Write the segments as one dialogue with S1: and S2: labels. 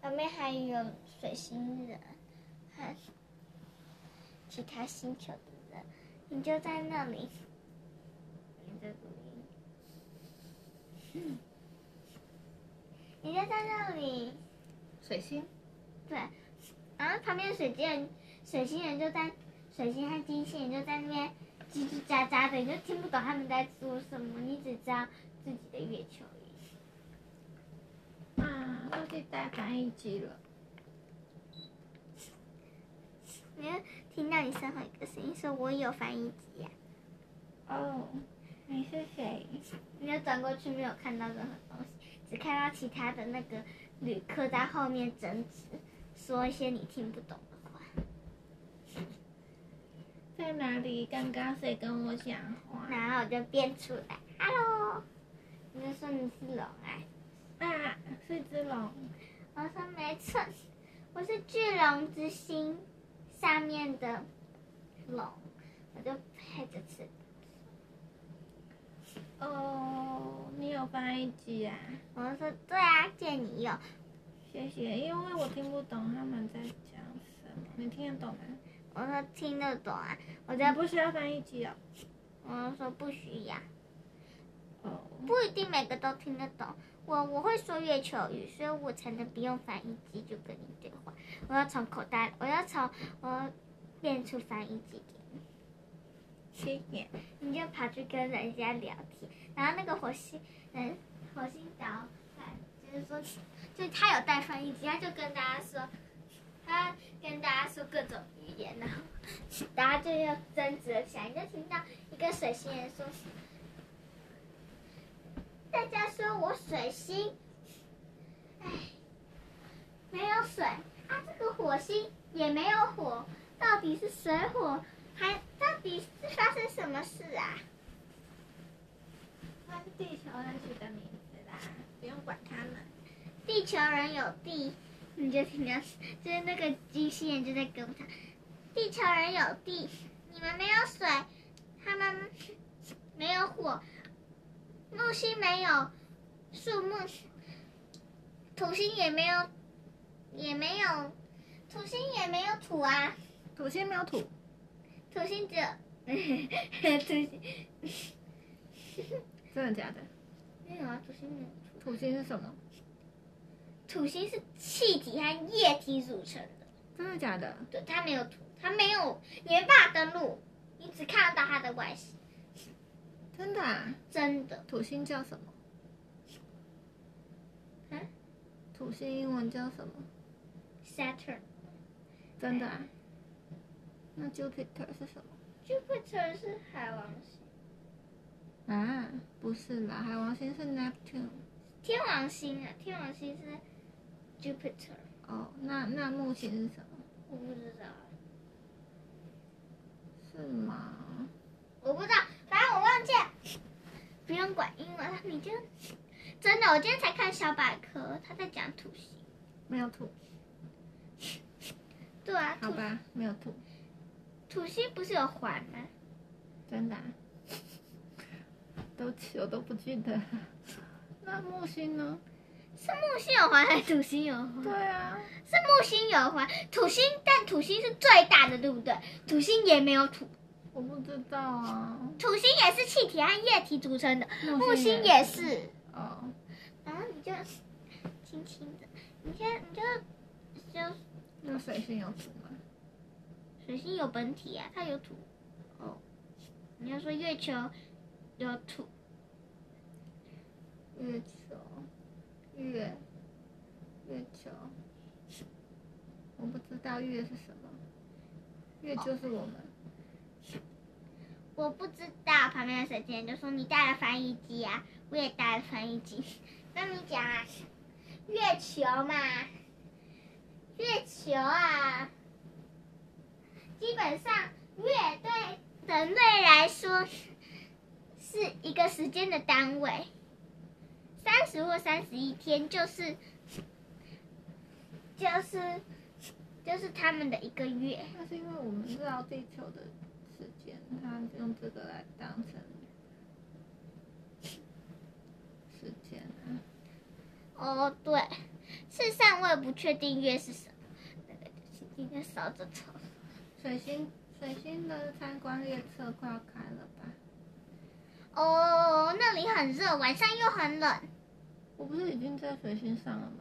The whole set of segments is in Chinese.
S1: 上面还有水星人和其他星球的人，你就在那里。你在录音。你就在那里，
S2: 水星，
S1: 对，然后旁边水星人，水星人就在水星和金星人就在那边叽叽喳喳的，你就听不懂他们在说什么，你只知道自己的月球而已。
S2: 啊，忘记带翻译机了。
S1: 没有听到你身后一个声音说：“我有翻译机呀、
S2: 哦，你是谁？
S1: 你就转过去没有看到任何东西，只看到其他的那个旅客在后面争执，说一些你听不懂的话。
S2: 在哪里？刚刚谁跟我讲话？
S1: 然后我就变出来，Hello，你就说你是龙啊。
S2: 啊，是只龙。
S1: 我说没错，我是巨龙之心下面的龙，我就拍着翅膀。
S2: 哦，你有翻译机啊？
S1: 我就说对啊，借你用。
S2: 谢谢，因为我听不懂他们在讲什么。你听得懂吗？
S1: 我说听得懂啊，我就
S2: 你不需要翻译机哦。
S1: 我就说不需要，
S2: 哦，
S1: 不一定每个都听得懂。我我会说月球语，所以我才能不用翻译机就跟你对话。我要从口袋，我要从我要变出翻译机给你。
S2: 谢谢。
S1: 你就跑去跟人家聊天，然后那个火星人，火星导览就是说，就他有带翻译机，他就跟大家说，他跟大家说各种语言，然后大家就要争执了起来。你就听到一个水星人说，大家说我水星，哎，没有水啊，这个火星也没有火，到底是水火还到底是发生什么事啊？
S2: 那是地球人取的名字啦，不用管他们。
S1: 地球人有地，你就听到，就是那个机器人就在跟他。地球人有地，你们没有水，他们没有火，木星没有树木，土星也没有，也没有，土星也没有土啊，
S2: 土星没有 土。
S1: 土星只有， 土星
S2: 真的假的？
S1: 没有啊，土星没有土，
S2: 土星是什么？
S1: 土星是气体和液体组成的。
S2: 真的假的？
S1: 对，它没有图，它没有，你没办法登录，你只看得到它的外形，
S2: 真的啊？
S1: 真的。
S2: 土星叫什么？
S1: 啊
S2: 土星英文叫什么？
S1: Saturn、
S2: 真的啊？那 Jupiter 是什么？
S1: Jupiter 是海王星，
S2: 啊，不是啦，海王星是 Neptune。
S1: 天王星啊，天王星是 Jupiter，
S2: 哦，那那木星是什么？
S1: 我不知道，
S2: 是吗？
S1: 我不知道，反正我忘记了。不用管英文，你就真的，我今天才看小百科，他在讲土星。
S2: 没有土，
S1: 对啊，
S2: 好
S1: 土
S2: 吧，没有土，
S1: 土星不是有环吗？
S2: 真的、啊。对不起，我都不记得。 那木星呢？
S1: 是木星有环还是土星有环？
S2: 对啊，
S1: 是木星有环，土星，但土星是最大的，对不对？土星也没有土，
S2: 我不知道啊。
S1: 土星也是气体和液体组成的，木
S2: 木
S1: 星也
S2: 星也
S1: 是。
S2: 哦，
S1: 然后你就轻轻的，你先你就就
S2: 那水星有土吗？
S1: 水星有本体啊，它有土。
S2: 哦，
S1: 你要说月球有土，哦
S2: 月球，月，月球，我不知道月是什么，月就是我们。
S1: 我不知道。旁边的水晶人就说你带了翻译机啊，我也带了翻译机。 那你讲啊，月球嘛，月球啊，基本上月对人类来说是一个时间的单位，三十或三十一天就是就是就是他们的一个月。
S2: 那是因为我们知道地球的时间，它用这个来当成时间啊。啊
S1: 哦，对，世上我也不确定月是什么，那个就是今天扫着走。
S2: 水星水星的参观列车快要开了吧？
S1: 哦，那里很热，晚上又很冷。
S2: 我不是已经在水星上了吗？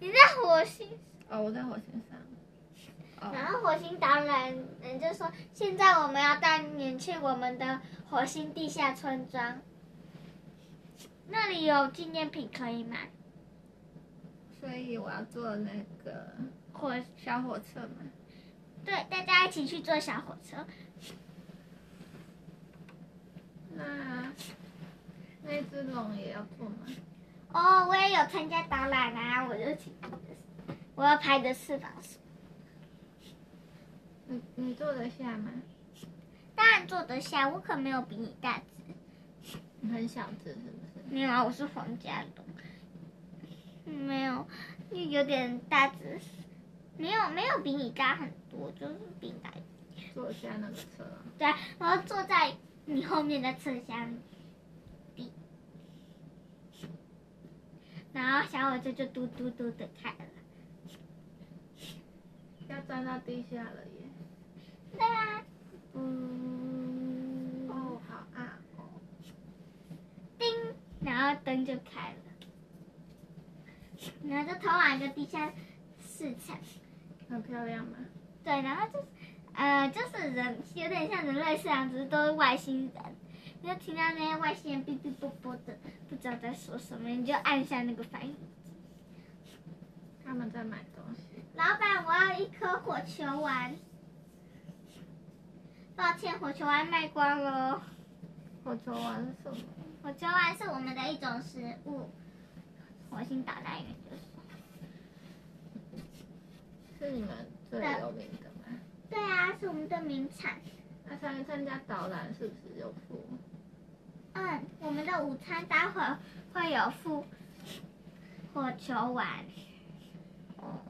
S1: 你在火星，
S2: 哦，我在火星上。
S1: 然
S2: 哦，
S1: 后火星导览人就说，现在我们要带你去我们的火星地下村庄，那里有纪念品可以买。
S2: 所以我要坐那个
S1: 火
S2: 小火车嘛。
S1: 对，大家一起去坐小火车。
S2: 那那只龙也要坐吗？
S1: 哦，我也有参加导览啊，我就请，我要拍的翅膀书，
S2: 你你坐得下吗？
S1: 当然坐得下，我可没有比你大只。
S2: 你很小只是不是？
S1: 没有啊，我是黄家龙。没有，就有点大只，没有没有比你大很多，就是比你大一点。
S2: 坐得下那个车啊、
S1: 对，然后坐在你后面的车厢里，然后小火车就嘟嘟嘟的开了。
S2: 要钻到地下了耶！
S1: 对啊，嗯，
S2: 哦，好暗哦。
S1: 叮，然后灯就开了，然后就通往一个地下市场。
S2: 很漂亮吗？
S1: 对，然后就是，呃，就是人有点像人类市场，只是都是外星人。你就听到那些外星人哔哔啵啵的，不知道在说什么，你就按下那个反应。
S2: 他们在买东西。
S1: 老板，我要一颗火球丸。抱歉，火球丸卖光了。
S2: 火球丸是什么？
S1: 火球丸是我们的一种食物，火星导弹员就是。
S2: 是你们最有名的吗？
S1: 对啊，是我们的名产。
S2: 那参参加导览是不是有付？
S1: 嗯，我们的午餐待会儿会有附火球丸。
S2: 哦，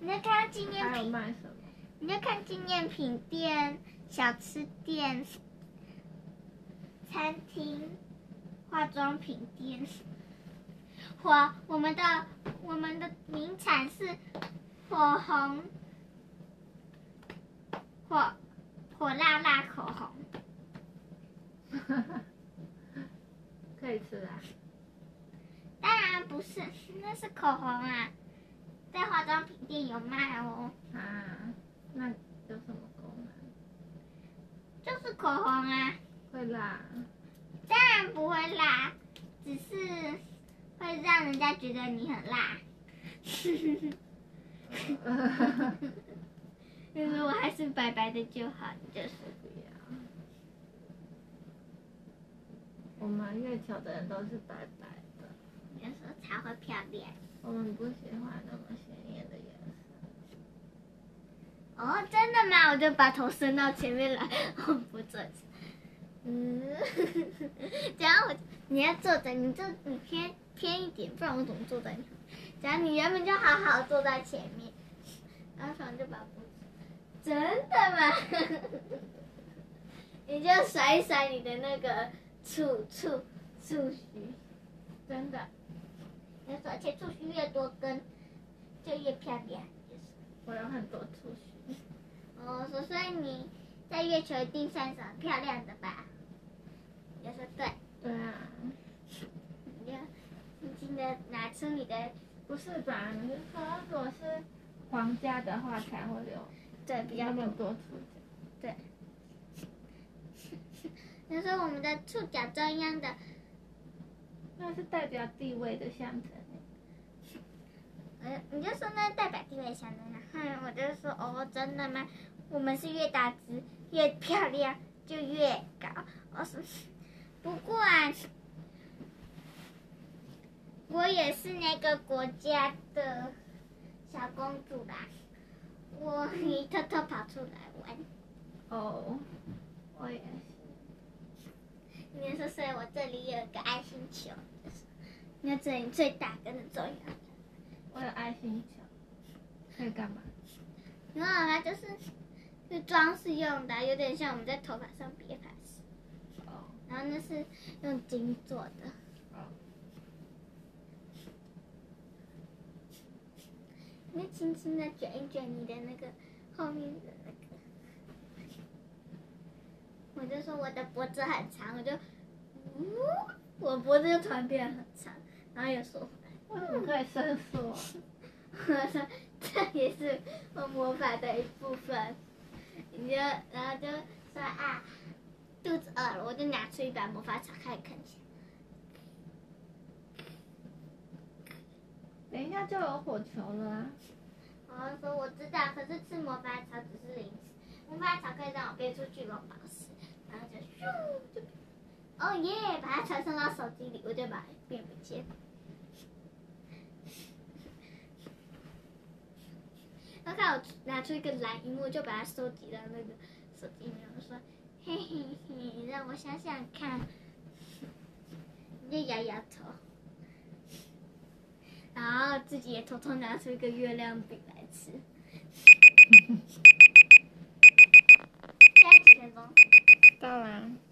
S1: 你在看纪念
S2: 还有
S1: 品，
S2: 卖什么？
S1: 你在看纪念品店、小吃店、餐厅、化妆品店。火，我们的我们的名产是火红火火辣辣口红。
S2: 可以吃啊。
S1: 当然不是，那是口红啊，在化妆品店有卖哦，
S2: 啊，那有什么功能？
S1: 就是口红啊，
S2: 会辣，
S1: 当然不会辣，只是会让人家觉得你很辣。
S2: 呃
S1: 如果还是白白的就好，就是
S2: 不要。我们月球的人都是白白的，
S1: 有时候才会漂亮。
S2: 我们不喜欢那么鲜艳的颜色。
S1: 哦，真的吗？我就把头伸到前面来，我不坐着。嗯， 只要我你要坐着，你就你偏偏一点，不然我怎么坐在你？只要你原本就好好坐在前面，然后床就把脖子，真的吗？ 你就甩一甩你的那个触触触须，
S2: 真的，
S1: 你说而且触须越多根，就越漂亮。
S2: 我有很多触须。
S1: 哦，所所以你在月球一定算是很漂亮的吧？我说对，
S2: 对啊，
S1: 你就轻轻的拿出你的，
S2: 不是吧？你是说如果是皇家的话才会有
S1: 对，比较多
S2: 那么。多触角？
S1: 就说我们的触角中央的，
S2: 那是代表地位的象征。
S1: 呃，你就说那代表地位象征啊。哼，我就说哦，真的吗？我们是越大只越漂亮就越高。我说，不过啊，我也是那个国家的小公主啦，我你偷偷跑出来玩。
S2: 哦，我也是。
S1: 你说，所以我这里有一个爱心球，就是那这里最大跟的重要。
S2: 我有爱心球，可以干嘛？
S1: 然后啊它就是是装饰用的，有点像我们在头发上别发饰。
S2: 哦，
S1: 然后那是用金做的。
S2: 哦
S1: 你轻轻的卷一卷你的那个后面的那个。我就说我的脖子很长，我就，呜，我脖子就突然变得很长，然后又缩回来。
S2: 为什么可以伸缩？
S1: 我说 这也是我魔法的一部分。你就然后就说啊，肚子饿了，我就拿出一把魔法草开始啃起来。
S2: 等一下就有火球了啊！
S1: 我就说我知道，可是吃魔法草只是零食，魔法草可以让我变出巨龙宝石，然后就咻就变，哦耶，把它传送到手机里，我就把它变不 见。然后看我拿出一个蓝荧幕，就把它收集到那个手机里面，我说嘿嘿嘿，让我想想看， 你就摇摇头。然后自己也偷偷拿出一个月亮饼来吃。现在几分钟？
S2: 到啦，啊